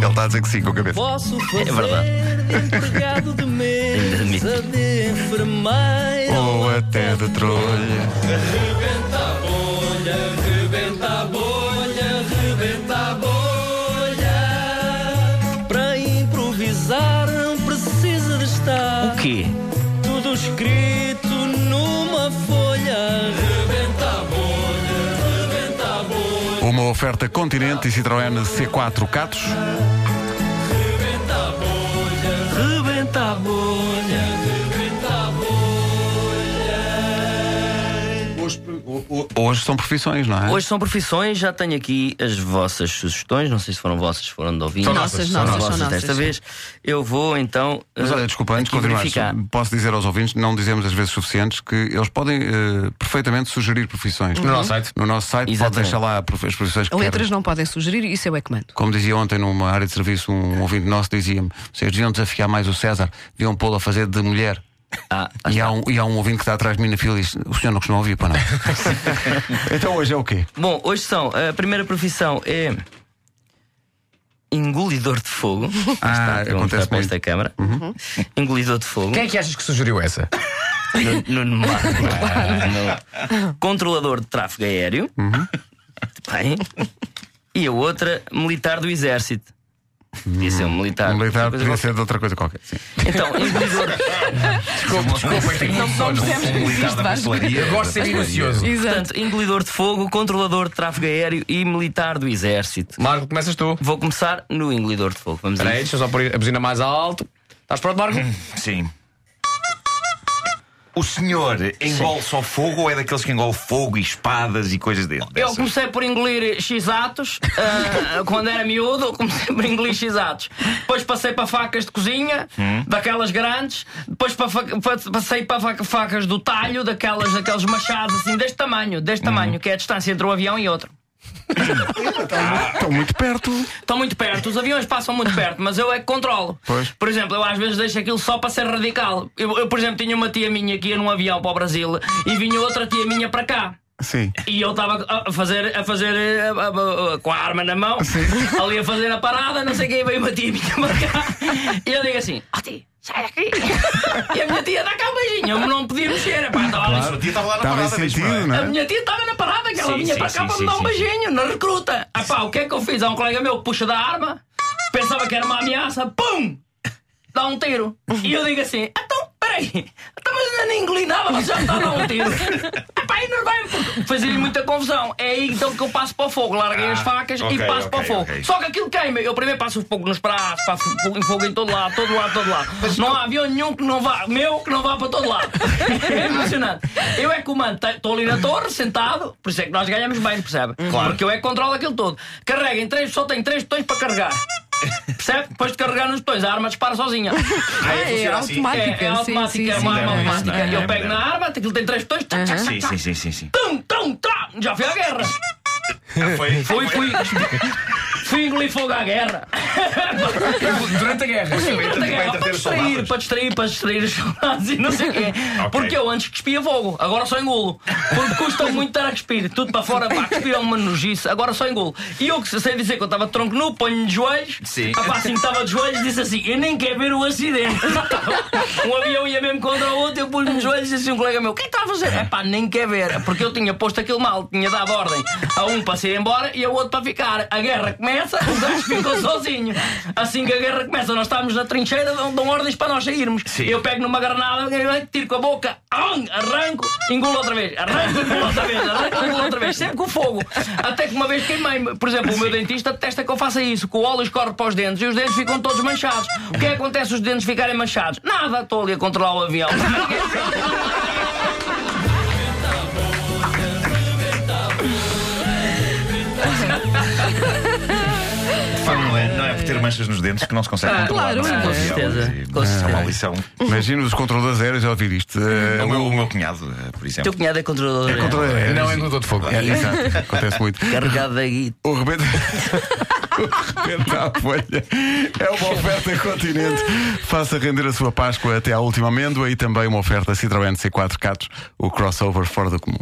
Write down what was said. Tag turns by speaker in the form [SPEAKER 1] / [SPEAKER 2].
[SPEAKER 1] voltar tá a dizer que sim com a cabeça.
[SPEAKER 2] Posso fazer
[SPEAKER 3] É verdade. é
[SPEAKER 2] de empregado de mesa, de enfermeira
[SPEAKER 1] Ou até de trolha.
[SPEAKER 3] Oh.
[SPEAKER 2] Para improvisar não precisa de estar
[SPEAKER 3] O quê?
[SPEAKER 2] Tudo escrito numa folha
[SPEAKER 1] Uma oferta Continente e Citroën C4 Catos.
[SPEAKER 2] Rebenta a bolha, rebenta a
[SPEAKER 1] Hoje, ho- ho- hoje são profissões, não é?
[SPEAKER 3] Hoje são profissões, já tenho aqui as vossas sugestões. Não sei se foram vossas, se foram de ouvintes.
[SPEAKER 1] São
[SPEAKER 4] Nossas,
[SPEAKER 1] São
[SPEAKER 3] Foram
[SPEAKER 4] nossas,
[SPEAKER 3] vossas
[SPEAKER 4] são
[SPEAKER 3] desta
[SPEAKER 4] nossas.
[SPEAKER 3] vez. Eu vou então.
[SPEAKER 1] Mas
[SPEAKER 3] eh,
[SPEAKER 1] olha, desculpa, antes de
[SPEAKER 3] aqui
[SPEAKER 1] continuar,
[SPEAKER 3] verificar.
[SPEAKER 1] posso dizer aos ouvintes, não dizemos as vezes suficientes, que eles podem eh, perfeitamente sugerir profissões. Uhum.
[SPEAKER 5] No nosso site.
[SPEAKER 1] No nosso site, pode
[SPEAKER 3] Exatamente.
[SPEAKER 1] deixar lá prof- as profissões que
[SPEAKER 4] Então, Letras
[SPEAKER 1] querem.
[SPEAKER 4] não podem sugerir, isso eu é que mando.
[SPEAKER 1] Como dizia ontem numa área de serviço, um ouvinte nosso dizia-me: vocês deviam desafiar mais o César, deviam pô-lo a fazer de mulher.
[SPEAKER 3] Ah,
[SPEAKER 1] E há, um, e há um ouvinte que está atrás de mim na fila e diz: o senhor não costuma ouvir, para não. então hoje é o quê?
[SPEAKER 3] Bom, hoje são. eh, A primeira profissão é. Engolidor de fogo.
[SPEAKER 1] Ah, acontece muito.
[SPEAKER 3] para
[SPEAKER 1] Uhum.
[SPEAKER 3] esta câmara. Engolidor de fogo.
[SPEAKER 5] Quem é que achas que sugeriu essa?
[SPEAKER 3] No, no mar, no- Controlador de tráfego aéreo.
[SPEAKER 1] Uhum.
[SPEAKER 3] Bem. E a outra, militar do exército. Podia ser um militar.
[SPEAKER 1] Um militar
[SPEAKER 3] Coisa
[SPEAKER 1] podia ser de outra coisa qualquer. Sim.
[SPEAKER 3] qualquer. Então, engolidor.
[SPEAKER 5] Desculpa, desculpa, eu tenho muito sono. Eu gosto de ser minucioso.
[SPEAKER 4] Exato.
[SPEAKER 3] Portanto, engolidor de fogo, controlador de tráfego aéreo e militar do exército.
[SPEAKER 5] Marco, começas tu.
[SPEAKER 3] Vou começar no engolidor de fogo. Vamos a
[SPEAKER 5] Espera aí,
[SPEAKER 3] isso.
[SPEAKER 5] deixa eu só pôr a
[SPEAKER 4] Ah,
[SPEAKER 5] buzina mais alto. Estás pronto, Marco?
[SPEAKER 6] Sim. O senhor engole só fogo ou é daqueles que engole fogo e espadas e coisas dentro?
[SPEAKER 3] Eu
[SPEAKER 6] dessas?
[SPEAKER 3] comecei por engolir x-atos ah, quando era miúdo. eu Comecei por engolir x-atos. Depois passei para facas de cozinha, daquelas grandes. Depois para fa- pa- passei para fa- facas do talho, daquelas, daqueles machados assim, deste tamanho, deste tamanho, que é a distância entre um avião e outro.
[SPEAKER 1] Estão muito perto.
[SPEAKER 3] Estão muito perto, os aviões passam muito perto, mas eu é que controlo.
[SPEAKER 1] Pois.
[SPEAKER 3] Por exemplo, eu às vezes deixo aquilo só para ser radical. Eu, eu, por exemplo, tinha uma tia minha que ia num avião para o Brasil e vinha outra tia minha para cá.
[SPEAKER 1] Sim.
[SPEAKER 3] E eu estava a fazer, a fazer eh, a- a- a- com a arma na mão, ali a fazer a parada, não sei quem veio uma tia minha marcar. E eu digo assim: ó tia, sai daqui! E a minha tia dá cá um beijinho, eu não podia mexer. Epá, estava ali
[SPEAKER 6] O tio estava lá na
[SPEAKER 1] Estava em
[SPEAKER 6] parada mesmo, não
[SPEAKER 1] Tá
[SPEAKER 6] é?
[SPEAKER 1] sentido, não
[SPEAKER 3] a
[SPEAKER 1] é?
[SPEAKER 3] minha tia estava na parada, que ela
[SPEAKER 6] Sim,
[SPEAKER 3] vinha
[SPEAKER 6] sim,
[SPEAKER 3] para cá
[SPEAKER 6] sim,
[SPEAKER 3] para
[SPEAKER 6] sim,
[SPEAKER 3] me dar um
[SPEAKER 6] sim.
[SPEAKER 3] beijinho na recruta. Ah pá, o que é que eu fiz? Há um colega meu que puxa da arma, pensava que era uma ameaça, pum! Dá um tiro. E eu digo assim: então, peraí, então, mas ainda nem engoli nada, mas já está a dar um tiro. Epá, aí não vai, porque fazia-lhe muita confusão. É aí então que eu passo para o fogo, larguei as facas
[SPEAKER 6] Ah, ok,
[SPEAKER 3] e passo para o
[SPEAKER 6] ok,
[SPEAKER 3] fogo.
[SPEAKER 6] ok.
[SPEAKER 3] Só que aquilo queima. Eu primeiro passo o fogo nos braços, passo fogo, fogo em todo lado, todo lado, todo lado. não há avião nenhum que não vá, meu que não vá para todo lado. É impressionante. Eu é que comando, estou ali na torre, sentado, por isso é que nós ganhamos bem, percebe?
[SPEAKER 6] Claro.
[SPEAKER 3] Porque eu é que controlo aquilo todo. Carreguem três, só tenho três botões para carregar. Percebe? Depois de carregar nos botões, a arma dispara sozinha.
[SPEAKER 6] Ah,
[SPEAKER 4] Ah, é
[SPEAKER 6] funciona assim?
[SPEAKER 4] automática.
[SPEAKER 3] É, é
[SPEAKER 4] sim,
[SPEAKER 3] automática,
[SPEAKER 4] sim,
[SPEAKER 3] é
[SPEAKER 4] sim,
[SPEAKER 3] uma arma
[SPEAKER 4] é
[SPEAKER 3] automática.
[SPEAKER 4] automática.
[SPEAKER 3] eu
[SPEAKER 6] é
[SPEAKER 3] pego na
[SPEAKER 6] moderno.
[SPEAKER 3] arma, aquilo tem três botões, tac, tac,
[SPEAKER 6] Sim, sim, sim, sim, sim.
[SPEAKER 3] tum, tum, tá. Já fui à guerra.
[SPEAKER 6] Ah, foi,
[SPEAKER 3] Fui, fui. Fui engolir fogo à guerra.
[SPEAKER 5] Durante a guerra.
[SPEAKER 3] Para, guerra, para
[SPEAKER 6] entreter os
[SPEAKER 3] distrair,
[SPEAKER 6] soldados.
[SPEAKER 3] para distrair, para distrair os soldados e não sei o quê. Porque eu antes cuspia fogo, agora só engulo. Porque custa muito estar a cuspir. Tudo para fora, pá, cuspir é uma nojice, agora só engulo. E eu que sei dizer que eu estava de tronco nu, ponho-me de joelhos.
[SPEAKER 6] Sim.
[SPEAKER 3] Ah, pá, assim que estava de joelhos, disse assim: Eu nem quero ver o acidente. um avião ia mesmo contra o outro, eu pus-me de joelhos e disse assim: um colega meu, o que é que está a fazer? É pá, nem quer ver. Porque eu tinha posto aquilo mal, tinha dado ordem a um para sair embora e ao outro para ficar. A guerra começa, o gajo ficou sozinho. Assim que a guerra começa, nós estamos na trincheira, dão, dão ordens para nós sairmos.
[SPEAKER 6] Sim.
[SPEAKER 3] Eu pego numa granada, é tiro com a boca, ang, arranco, engulo outra vez, arranco, engulo outra vez, arranco, engulo outra vez, sempre com fogo. Até que uma vez queimei-me. Por exemplo, o meu dentista detesta que eu faça isso, que o óleo escorre para os dentes e os dentes ficam todos manchados. O que é que acontece se os dentes ficarem manchados? Nada, estou ali a controlar o avião.
[SPEAKER 6] De facto, não é, não é por ter manchas nos dentes que não se consegue controlar.
[SPEAKER 4] claro,
[SPEAKER 6] não é?
[SPEAKER 4] com
[SPEAKER 3] Ah, certeza,
[SPEAKER 6] E-
[SPEAKER 3] com
[SPEAKER 6] É uma
[SPEAKER 3] certeza.
[SPEAKER 6] lição. É
[SPEAKER 1] Imagina os controladores aéreos a ouvir isto. Eh,
[SPEAKER 6] O meu, o meu cunhado, eh, por exemplo.
[SPEAKER 3] cunhado é controlador.
[SPEAKER 1] controlador aéreo.
[SPEAKER 5] Não é engolidor de fogo.
[SPEAKER 1] É, exato, acontece muito.
[SPEAKER 3] Carregado da guita.
[SPEAKER 1] O rebento. O rebento à folha é uma oferta continente. Faça render a sua Páscoa até à última amêndoa e também uma oferta Citroën C4 Catos, o crossover fora do comum.